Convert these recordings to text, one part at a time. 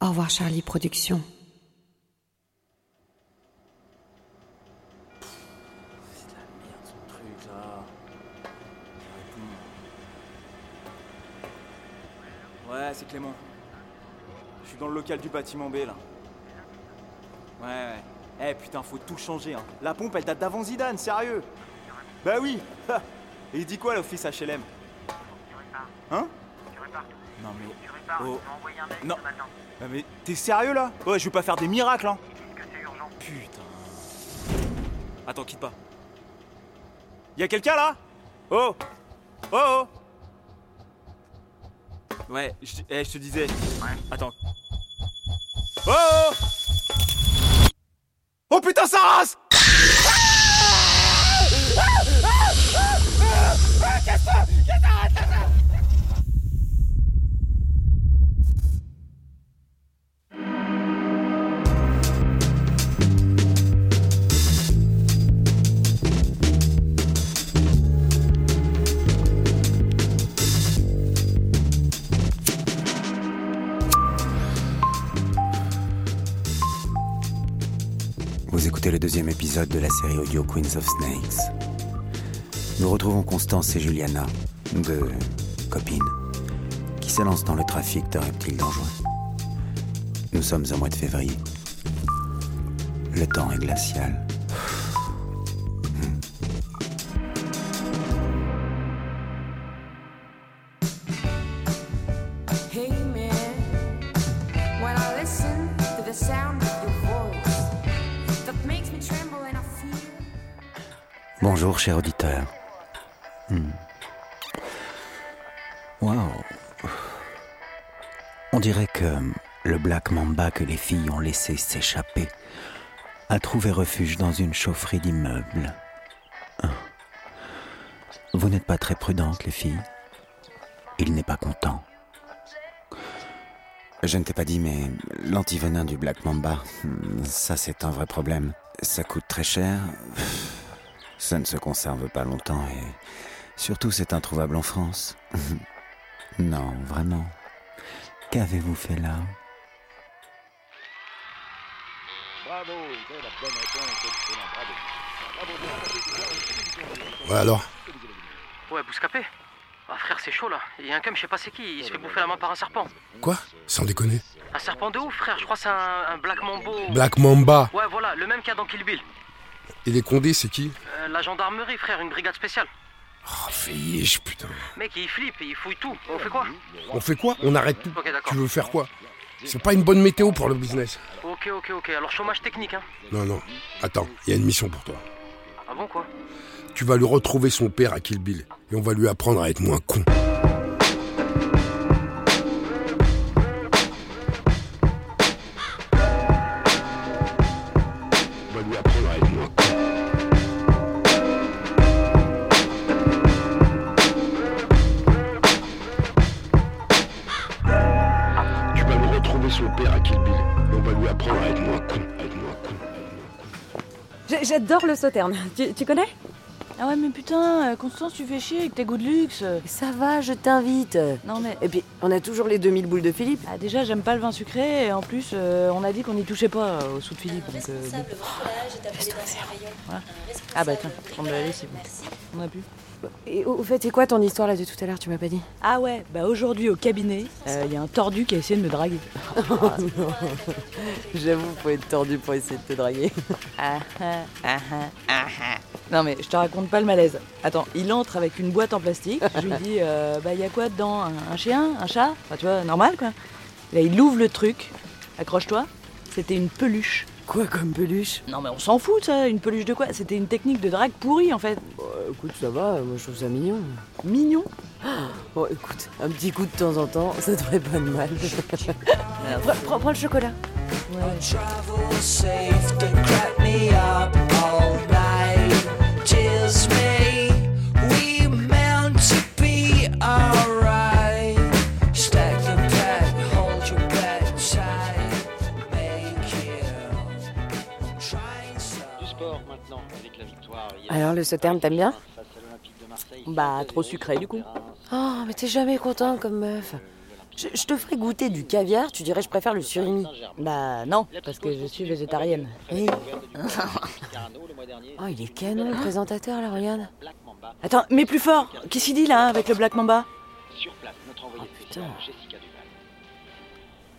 Au revoir Charlie Productions. C'est de la merde ce truc là. Arrêtez. Ouais, c'est Clément. Je suis dans le local du bâtiment B là. Ouais, ouais. Eh putain, faut tout changer. Hein. La pompe elle date d'avant Zidane, sérieux. Bah oui. Ha. Et il dit quoi l'office HLM Hein Non mais. oh. Non. Bah, mais t'es sérieux là Ouais, je vais pas faire des miracles hein. Putain. Attends, quitte pas. Y'a quelqu'un là Oh Oh oh Ouais, je te- eh, je te disais. Attends. Oh Oh, oh putain, ça rase Vous écoutez le deuxième épisode de la série audio Queens of Snakes. Nous retrouvons Constance et Juliana, deux copines, qui s'alancent dans le trafic de reptiles dangereux. Nous sommes au mois de février. Le temps est glacial. Hey man, when I listen to the sound of your voice, that makes me tremble and I fear. Bonjour, cher auditeur. Hmm. Waouh. On dirait que le Black Mamba que les filles ont laissé s'échapper a trouvé refuge dans une chaufferie d'immeuble. Hein. Vous n'êtes pas très prudentes, les filles. Il n'est pas content. Je ne t'ai pas dit, mais l'antivenin du Black Mamba, hmm, ça c'est un vrai problème. Ça coûte très cher, ça ne se conserve pas longtemps et surtout c'est introuvable en France. non, vraiment. Qu'avez-vous fait là Ouais, alors Ouais, Bouscapé. Ah frère, c'est chaud là. Il y a un cum, je sais pas c'est qui, il se fait bouffer la main par un serpent. Quoi Sans déconner. Un serpent de ouf, frère, je crois que c'est un, un Black Mambo. Black Mamba, Ouais, voilà, le même qu'il y a dans Kill Bill. et les condés, c'est qui Euh, la gendarmerie, frère, une brigade spéciale. Oh, fiche, putain. Mec, il flippe, il fouille tout. On fait quoi On fait quoi On arrête tout. Ok, d'accord. Tu veux faire quoi C'est pas une bonne météo pour le business. Ok, ok, ok. Alors, chômage technique, hein. Non, non. Attends, il y a une mission pour toi. Ah bon, quoi Tu vas lui retrouver son père à Kill Bill, et on va lui apprendre à être moins con. On va lui apprendre à être moins con. Tu vas lui retrouver son père à Kill Bill, et on va lui apprendre à être moins con. à être moins con. J'ai- J'adore le sauterne. Tu, tu connais Ah ouais, mais putain, euh, Constance, tu fais chier avec tes goûts de luxe. Ça va, je t'invite. Non, mais. Et puis, on a toujours les 2000 boules de Philippe. Ah, déjà, j'aime pas le vin sucré, et en plus, euh, on a dit qu'on n'y touchait pas euh, au sou de Philippe. Donc, euh, bon. Voilà. Ah bah tiens, prendre de la lessive. On a pu. Et au au fait, c'est quoi ton histoire là de tout à l'heure Tu m'as pas dit Ah ouais, bah aujourd'hui, au cabinet, il y a un tordu qui a essayé de me draguer. J'avoue, faut être tordu pour essayer de te draguer. Ah, ah, ah, ah, ah. Non mais je te raconte pas le malaise. Attends, il entre avec une boîte en plastique. Je lui dis, euh, bah y a quoi dedans un, un chien Un chat Enfin tu vois, normal quoi. Là il ouvre le truc. Accroche-toi. C'était une peluche. Quoi comme peluche Non mais on s'en fout ça, une peluche de quoi C'était une technique de drague pourrie en fait. Bah écoute, ça va, moi je trouve ça mignon. Mignon. Bon écoute, un petit coup de temps en temps, ça te ferait pas de mal. prends, prends- prends le chocolat. Travel safe to crack me up all night. Cheers me, we meant to be alright. Stack the pack, hold your back tight, make it. Try some. Alors, le sauterne, t'aimes bien Bah trop sucré du coup. Oh, mais t'es jamais content comme meuf. Je, je te ferai goûter du caviar, tu dirais je préfère le surimi. Bah non, parce que je suis végétarienne. Oui. oh, il est canon le présentateur là, regarde. Attends, mais plus fort Qu'est-ce qu'il dit là avec le Black Mamba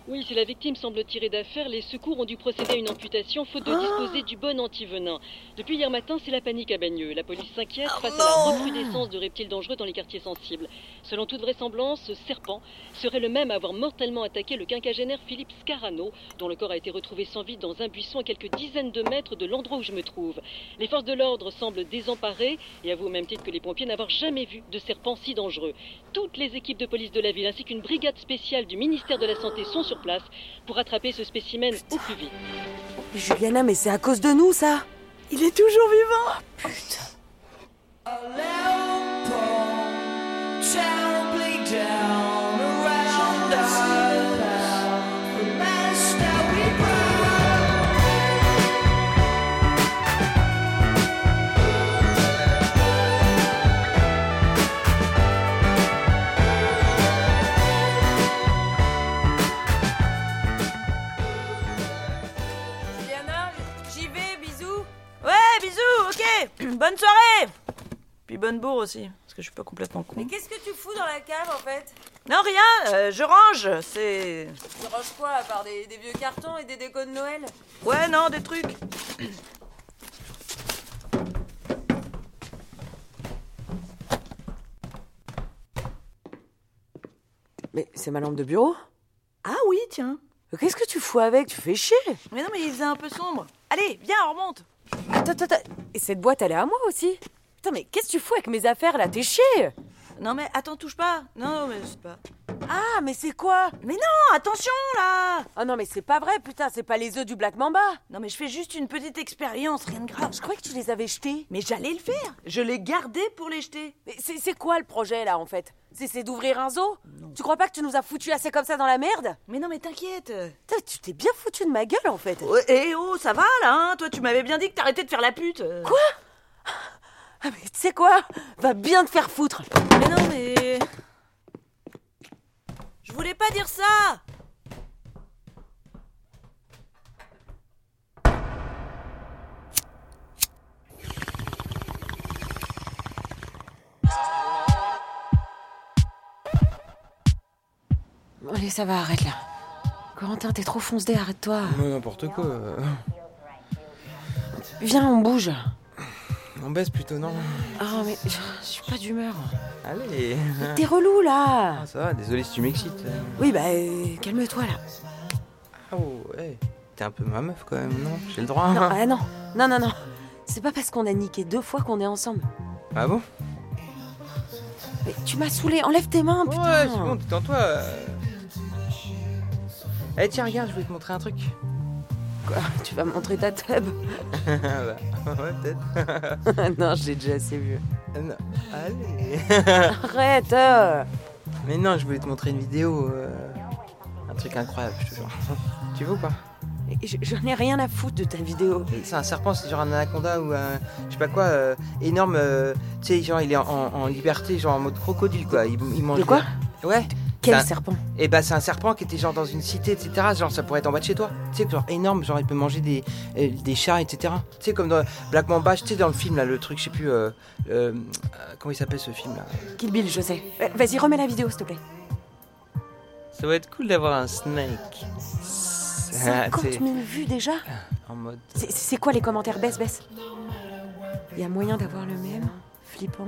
Oui, si la victime semble tirée d'affaire, les secours ont dû procéder à une amputation faute de disposer du bon antivenin. Depuis hier matin, c'est la panique à Bagneux. La police s'inquiète face à la recrudescence de reptiles dangereux dans les quartiers sensibles. Selon toute vraisemblance, ce serpent serait le même à avoir mortellement attaqué le quinquagénaire Philippe Scarano, dont le corps a été retrouvé sans vie dans un buisson à quelques dizaines de mètres de l'endroit où je me trouve. Les forces de l'ordre semblent désemparées et avouent au même titre que les pompiers n'avoir jamais vu de serpent si dangereux. Toutes les équipes de police de la ville ainsi qu'une brigade spéciale du ministère de la Santé sont sur place pour attraper ce spécimen au plus vite. Juliana, mais c'est à cause de nous ça Il est toujours vivant terribly down around us. The mess that we brought. Juliana, j'y vais, bisous Ouais, bisous, ok Bonne soirée Puis bonne bourre aussi, parce que je suis pas complètement con. Qu'est-ce que tu fous dans la cave en fait Non, rien, euh, je range, c'est... Tu ranges quoi à part des, des vieux cartons et des décos de Noël Ouais, non, des trucs. Mais c'est ma lampe de bureau Ah oui, tiens. Qu'est-ce que tu fous avec Tu fais chier Mais non, mais il faisait un peu sombre. Allez, viens, on remonte. Attends, attends, attends. Et cette boîte elle est à moi aussi Putain mais qu'est-ce que tu fous avec mes affaires là T'es chier Non, mais attends, touche pas. Non, mais c'est pas... Ah mais c'est quoi Mais non, attention, là Ah non mais c'est pas vrai putain, c'est pas les œufs du Black Mamba Non, mais je fais juste une petite expérience, rien de grave. Je croyais que tu les avais jetés. Mais j'allais le faire. Je l'ai gardé pour les jeter. Mais c'est c'est quoi le projet là en fait C'est c'est d'ouvrir un zoo Tu crois pas que tu nous as foutu assez comme ça dans la merde Mais non, mais t'inquiète. Putain, tu t'es bien foutu de ma gueule en fait. Oh, eh oh, ça va, là, hein Toi, tu m'avais bien dit que t'arrêtais de faire la pute. Quoi Ah mais tu sais quoi Va bien te faire foutre. Mais non, mais... Je voulais pas dire ça Bon, Allez ça va, arrête là. Corentin, t'es trop foncé, arrête-toi. Mais n'importe quoi. euh, Viens, on bouge. On baisse plutôt, non Ah mais je je suis pas d'humeur. Allez T'es relou là Ah, Ça va, désolé si tu m'excites. Oui bah euh, calme-toi là. Ah, oh, hey. T'es un peu ma meuf quand même, non J'ai le droit. hein. Non, ah non, non, non, non. C'est pas parce qu'on a niqué deux fois qu'on est ensemble. Ah bon Mais tu m'as saoulé, enlève tes mains, putain. Ouais, c'est bon, détends-toi. euh. Eh tiens, regarde, je voulais te montrer un truc. Quoi, tu vas me montrer ta tub Ah, bah, ouais, peut-être. Euh, Non, j'ai déjà assez vu. Non, Allez Arrête euh. Mais non, je voulais te montrer une vidéo. euh, Un truc incroyable, je te jure. Tu veux ou pas Et je- J'en ai rien à foutre de ta vidéo. C'est un serpent, c'est genre un anaconda ou un. Je sais pas quoi, euh, énorme. euh, tu sais, genre il est en, en- en liberté, genre en mode crocodile quoi. Il, il mange. De quoi des- Ouais. Quel Bah, serpent Et bah c'est un serpent qui était genre dans une cité, etc. Genre ça pourrait être en bas de chez toi. Tu sais, genre énorme, genre il peut manger des, euh, des chats, etc. Tu sais, comme dans Black Mamba, tu sais, dans le film là, le truc, je sais plus. euh, euh, euh, comment il s'appelle ce film là Kill Bill, je sais. Euh, Vas-y, remets la vidéo, s'il te plaît. Ça va être cool d'avoir un snake. Ah, 50 tu sais, 000 vues déjà en mode. C'est- C'est quoi les commentaires Baisse, baisse. Il y a moyen d'avoir le même. Flippant.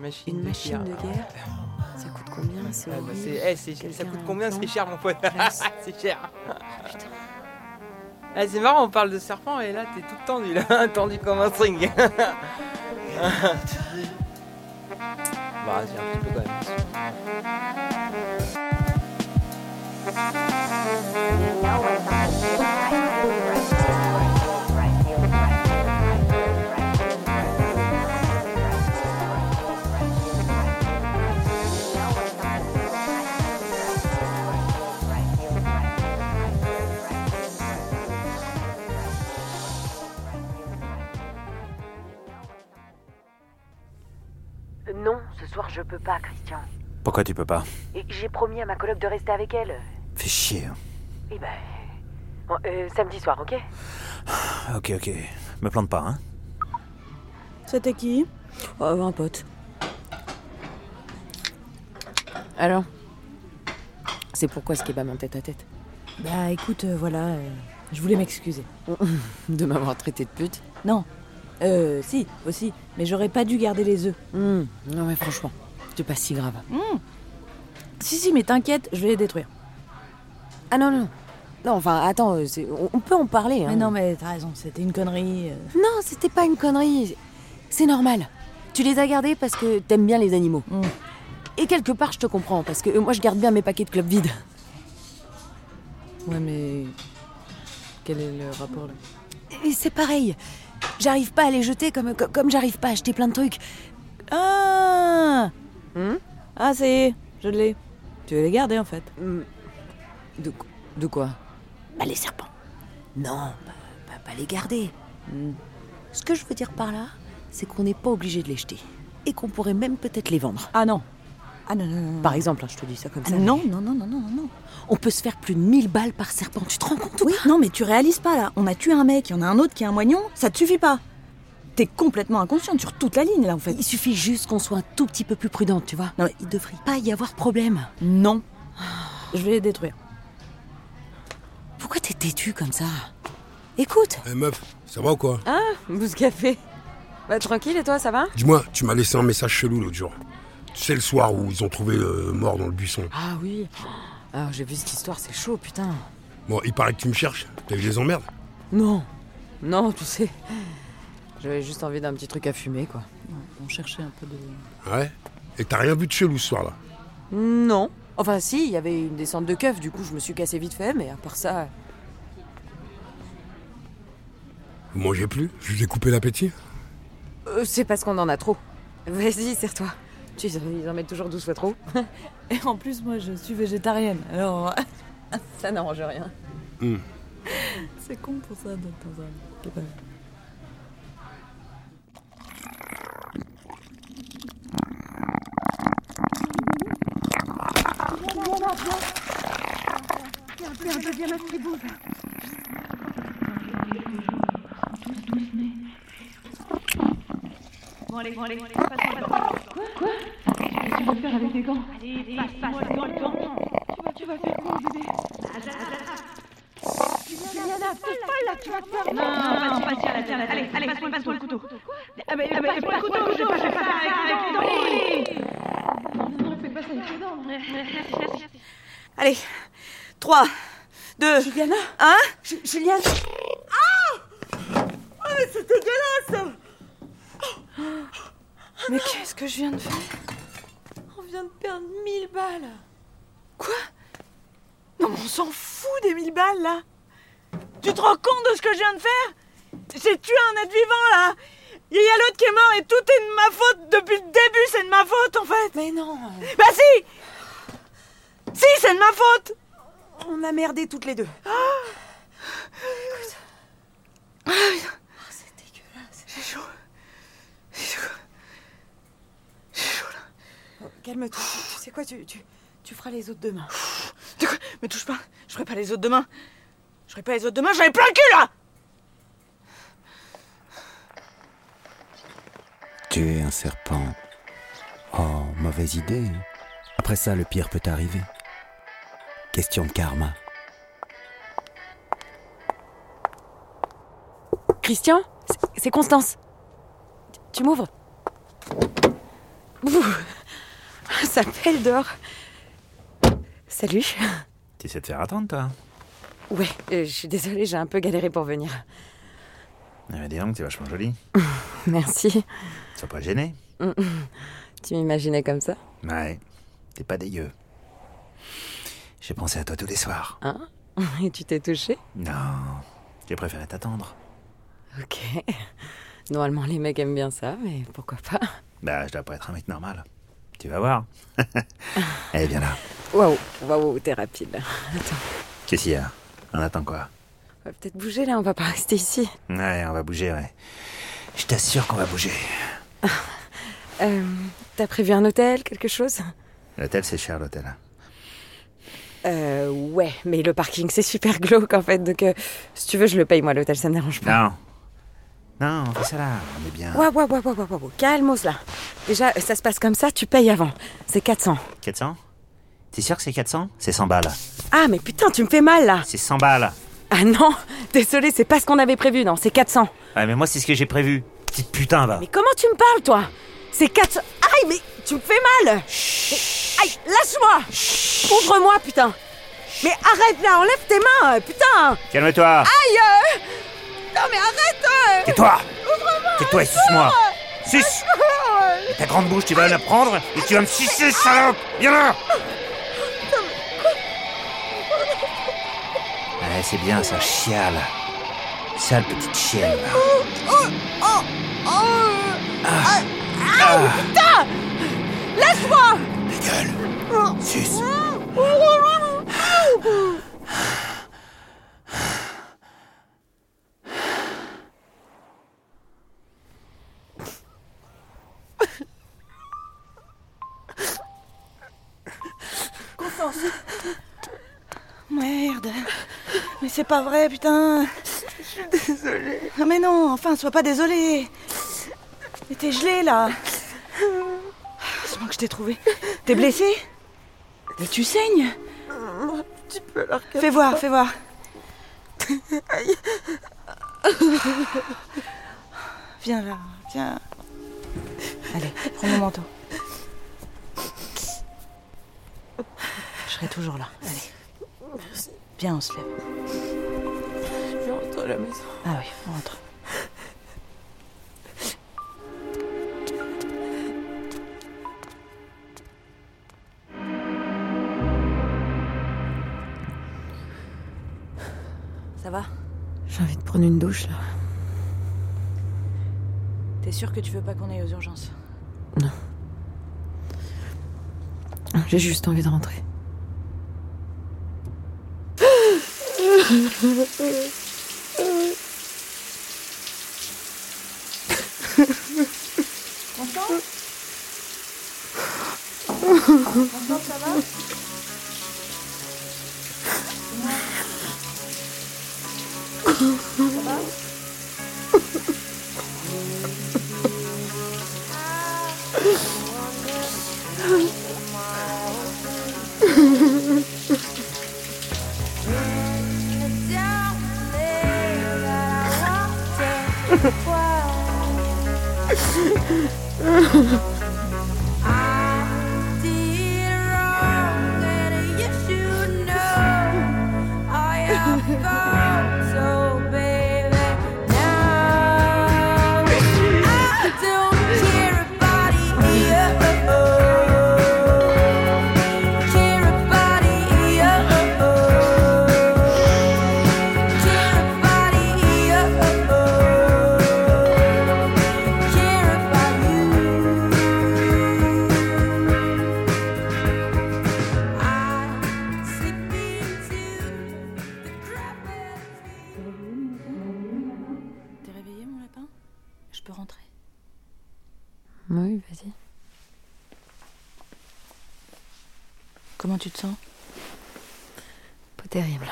Machine Une de machine de guerre. guerre. Ça coûte combien C'est Ah, bah, horrible. c'est- eh, c'est- ça Quelqu'un coûte en combien temps. C'est cher, mon pote. Place. c'est cher. Ah, c'est marrant, on parle de serpent et là t'es tout tendu là, tendu comme un string. bah, vas-y, un petit peu quand même. Non, ce soir je peux pas, Christian. Pourquoi tu peux pas Et j'ai promis à ma coloc de rester avec elle. Fais chier. Eh ben. bon, euh, samedi soir, ok Ok, ok. Me plante pas, hein C'était qui Euh, Oh, un pote. Alors C'est pourquoi ce kebab en tête à tête Bah écoute, euh, voilà, euh, je voulais m'excuser. De m'avoir traité de pute Non. Euh, si, aussi. Mais j'aurais pas dû garder les œufs. Hmm, Non mais franchement, c'est pas si grave. Hmm. Si, si, mais t'inquiète, je vais les détruire. Ah non, non. Non, enfin, attends, euh, c'est- on, on peut en parler. hein. Mais non, mais t'as raison, c'était une connerie. euh. Non, c'était pas une connerie. C'est normal. Tu les as gardés parce que t'aimes bien les animaux. Mm. Et quelque part, je te comprends, parce que euh, moi, je garde bien mes paquets de clubs vides. Ouais, mais. Quel est le rapport là Et c'est pareil. J'arrive pas à les jeter comme, euh, co- comme j'arrive pas à acheter plein de trucs. Ah Ah, ça y est, je l'ai. Tu veux les garder en fait Hum. De, de quoi Bah, les serpents. Non, pas, pas- pas les garder. Ce que je veux dire par là, c'est qu'on n'est pas obligé de les jeter. Et qu'on pourrait même peut-être les vendre. Ah non Ah non, non, Ah Par exemple, hein, je te dis ça comme ça. non, non, non, non, non, non, non. On peut se faire plus de 1000 balles par serpent, tu te rends compte Oui, non, mais tu réalises pas là. On a tué un mec, il y en a un autre qui est un moignon, ça te suffit pas. T'es complètement inconsciente sur toute la ligne là en fait. Il suffit juste qu'on soit un tout petit peu plus prudente, tu vois. Non, mais il devrait Pas y avoir de problème. Non. Je vais les détruire. Pourquoi t'es têtu comme ça Écoute Eh meuf, ça va ou quoi Ah, bouse café. Bah, tranquille, et toi, ça va Dis-moi, tu m'as laissé un message chelou l'autre jour. Tu sais le soir où ils ont trouvé euh, mort dans le buisson. Ah oui. Ah, j'ai vu cette histoire, c'est chaud, putain. Bon, il paraît que tu me cherches. T'as eu des emmerdes Non. Non, tu sais. J'avais juste envie d'un petit truc à fumer, quoi. On cherchait un peu de. Ouais. Et t'as rien vu de chelou ce soir-là Non. Enfin, si, il y avait une descente de keuf, du coup, je me suis cassé vite fait, mais à part ça. Vous mangez plus Je vous ai coupé l'appétit euh, c'est parce qu'on en a trop. Vas-y, serre-toi. Tu sais, ils en mettent toujours 12 fois trop. Et en plus, moi, je suis végétarienne, alors euh, ça n'arrange rien. Hmm. C'est con pour ça de temps en temps. Bon allez, bon allez, passe, passe, passe. Quoi Quoi Qu'est-ce que tu vas faire avec tes gants Allez, allez, passe, passe, passe, passe, passe. Tu vas, tu vas faire quoi, bébé Juliana, passe pas là, tu vas te faire Non, non, passe, passe, tiens, là, allez, allez, passe-moi, passe-moi le couteau. Ah mais, ah mais, passe-moi le couteau, je vais pas je vais pas faire avec, avec les dents, allez Non, non, fais pas ça avec les dents. Merci, merci, merci. Allez, 3, 2, Juliana Hein Juliana Ah mais c'est dégueulasse Mais qu'est-ce que je viens de faire On vient de perdre 1000 balles. Non, mais on s'en fout des 1000 balles là Tu te rends compte de ce que je viens de faire J'ai tué un être vivant là Il y a l'autre qui est mort et tout est de ma faute depuis le début, c'est de ma faute en fait Mais non Bah si Si, c'est de ma faute On a merdé toutes les deux. c'est dégueulasse. J'ai chaud. J'ai chaud. Calme-toi, tu, tu sais quoi, tu, tu, tu feras les autres demain. De quoi Mais touche pas, je ferai pas les autres demain. Je ferai pas les autres demain, j'en ai plein le cul là Tuer un serpent. Oh, mauvaise idée. Après ça, le pire peut arriver. Question de karma. Christian c'est- C'est Constance. Tu- Tu m'ouvres Ouh Ça pèle dehors. Salut. Tu sais te faire attendre, toi Ouais, euh, je suis désolée, j'ai un peu galéré pour venir. Eh ben, Dis donc, t'es vachement jolie. Merci. Sois pas gêné. Mm, mm. Tu m'imaginais comme ça Ouais, t'es pas dégueu. J'ai pensé à toi tous les soirs. Hein Et tu t'es touchée Non, j'ai préféré t'attendre. Ok. Normalement, les mecs aiment bien ça, mais pourquoi pas Bah, je dois pas être un mec normal. Tu vas voir. Allez, viens là. Waouh, waouh, t'es rapide. là. Attends, Qu'est-ce qu'il y a On attend quoi on va peut-être bouger là, on va pas rester ici. Ouais, on va bouger, ouais. Je t'assure qu'on va bouger. Euh, T'as prévu un hôtel, quelque chose L'hôtel, c'est cher, l'hôtel. Euh, ouais, mais le parking, c'est super glauque en fait. Donc, euh, si tu veux, je le paye moi l'hôtel, ça me dérange pas. Non. Non, on fait ça là, on est bien. Waouh, waouh, waouh, waouh, waouh, waouh, calmos là. Déjà, ça se passe comme ça, tu payes avant. C'est 400. 400 T'es sûr que c'est 400 C'est 100 balles. Ah, mais putain, tu me fais mal là. C'est 100 balles. Ah non, désolé, c'est pas ce qu'on avait prévu, non, c'est 400. Ouais, mais moi, c'est ce que j'ai prévu. Petite putain, va. Mais comment tu me parles, toi C'est 400. Aïe, mais tu me fais mal Aïe, lâche-moi Ouvre-moi, putain Mais arrête là, enlève tes mains, putain Calme-toi. Aïe euh. Non, mais arrête euh. Tais-toi Tais-toi et suce-moi. Suce Et Ta grande bouche, tu vas la prendre et tu vas me sucer, salope Viens là Ouais, c'est bien ça, chiale. Sale petite chienne. là. Oh, oh, oh, oh, ah, Ah. putain Lâche-moi Gueule Suce Constance Merde Mais c'est pas vrai, putain Je suis désolée. Ah mais non, enfin, sois pas désolée Mais t'es gelée, là Heureusement que je t'ai trouvé. T'es blessée Mais tu saignes Un petit peu la regarde Fais voir, fais voir. Aïe. Viens là, viens. Allez, prends mon manteau. Je serai toujours là. Allez. Viens, on se lève. Je vais rentrer à la maison. Ah oui, on rentre. Ça va J'ai envie de prendre une douche là. T'es sûr que tu veux pas qu'on aille aux urgences J'ai juste envie de rentrer. Constance Constance, ça va oh, oh, T'es réveillé, mon lapin Je peux rentrer Oui, vas-y. Comment tu te sens Pas terrible.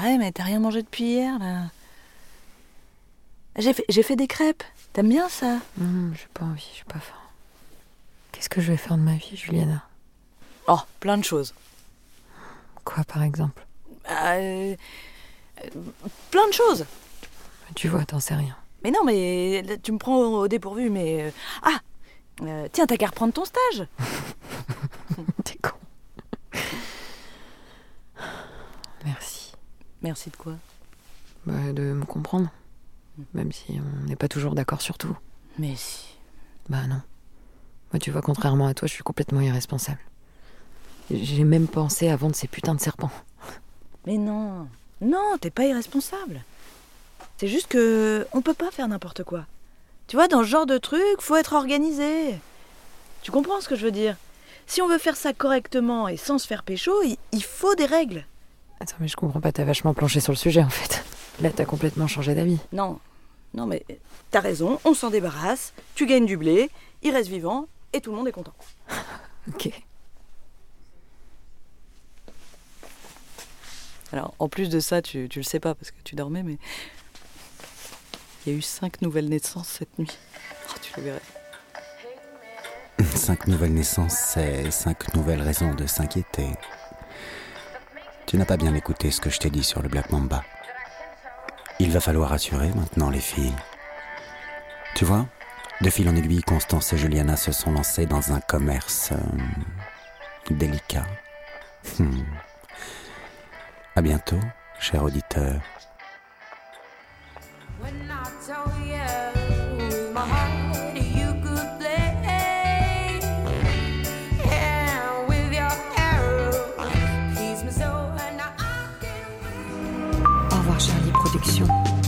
Ouais, mais t'as rien mangé depuis hier, là. J'ai fait, j'ai fait des crêpes. T'aimes bien ça Hum, j'ai pas envie, j'ai pas faim. Qu'est-ce que je vais faire de ma vie, Juliana Oh, plein de choses. Quoi, par exemple Euh, euh, plein de choses. Tu vois, t'en sais rien. Mais non, mais là, tu me prends au au dépourvu, mais... euh, Ah Euh, Tiens, t'as qu'à reprendre ton stage. T'es con. Merci Merci de quoi bah, de me comprendre. Même si on n'est pas toujours d'accord sur tout. Mais si. Bah non. Moi, tu vois, contrairement à toi, je suis complètement irresponsable. J'ai même pensé à vendre ces putains de serpents. Mais non. Non, t'es pas irresponsable. C'est juste que on peut pas faire n'importe quoi. Tu vois, dans ce genre de truc, faut être organisé. Tu comprends ce que je veux dire Si on veut faire ça correctement et sans se faire pécho, il, il faut des règles. Attends, mais je comprends pas, t'as vachement planché sur le sujet en fait. Là, t'as complètement changé d'avis. Non, non, mais t'as raison, on s'en débarrasse, tu gagnes du blé, il reste vivant et tout le monde est content. Ok. Alors, en plus de ça, tu, tu le sais pas parce que tu dormais, mais. Il y a eu cinq nouvelles naissances cette nuit. Oh, tu le verrais. Cinq nouvelles naissances, c'est cinq nouvelles raisons de s'inquiéter. Tu n'as pas bien écouté ce que je t'ai dit sur le Black Mamba. Il va falloir assurer maintenant les filles. Tu vois, de fil en aiguille, Constance et Juliana se sont lancées dans un commerce euh, délicat. Hmm. À bientôt, cher auditeur. When I told you with my heart you could play, and with your arrow, please me so, and I Au revoir Charlie Productions.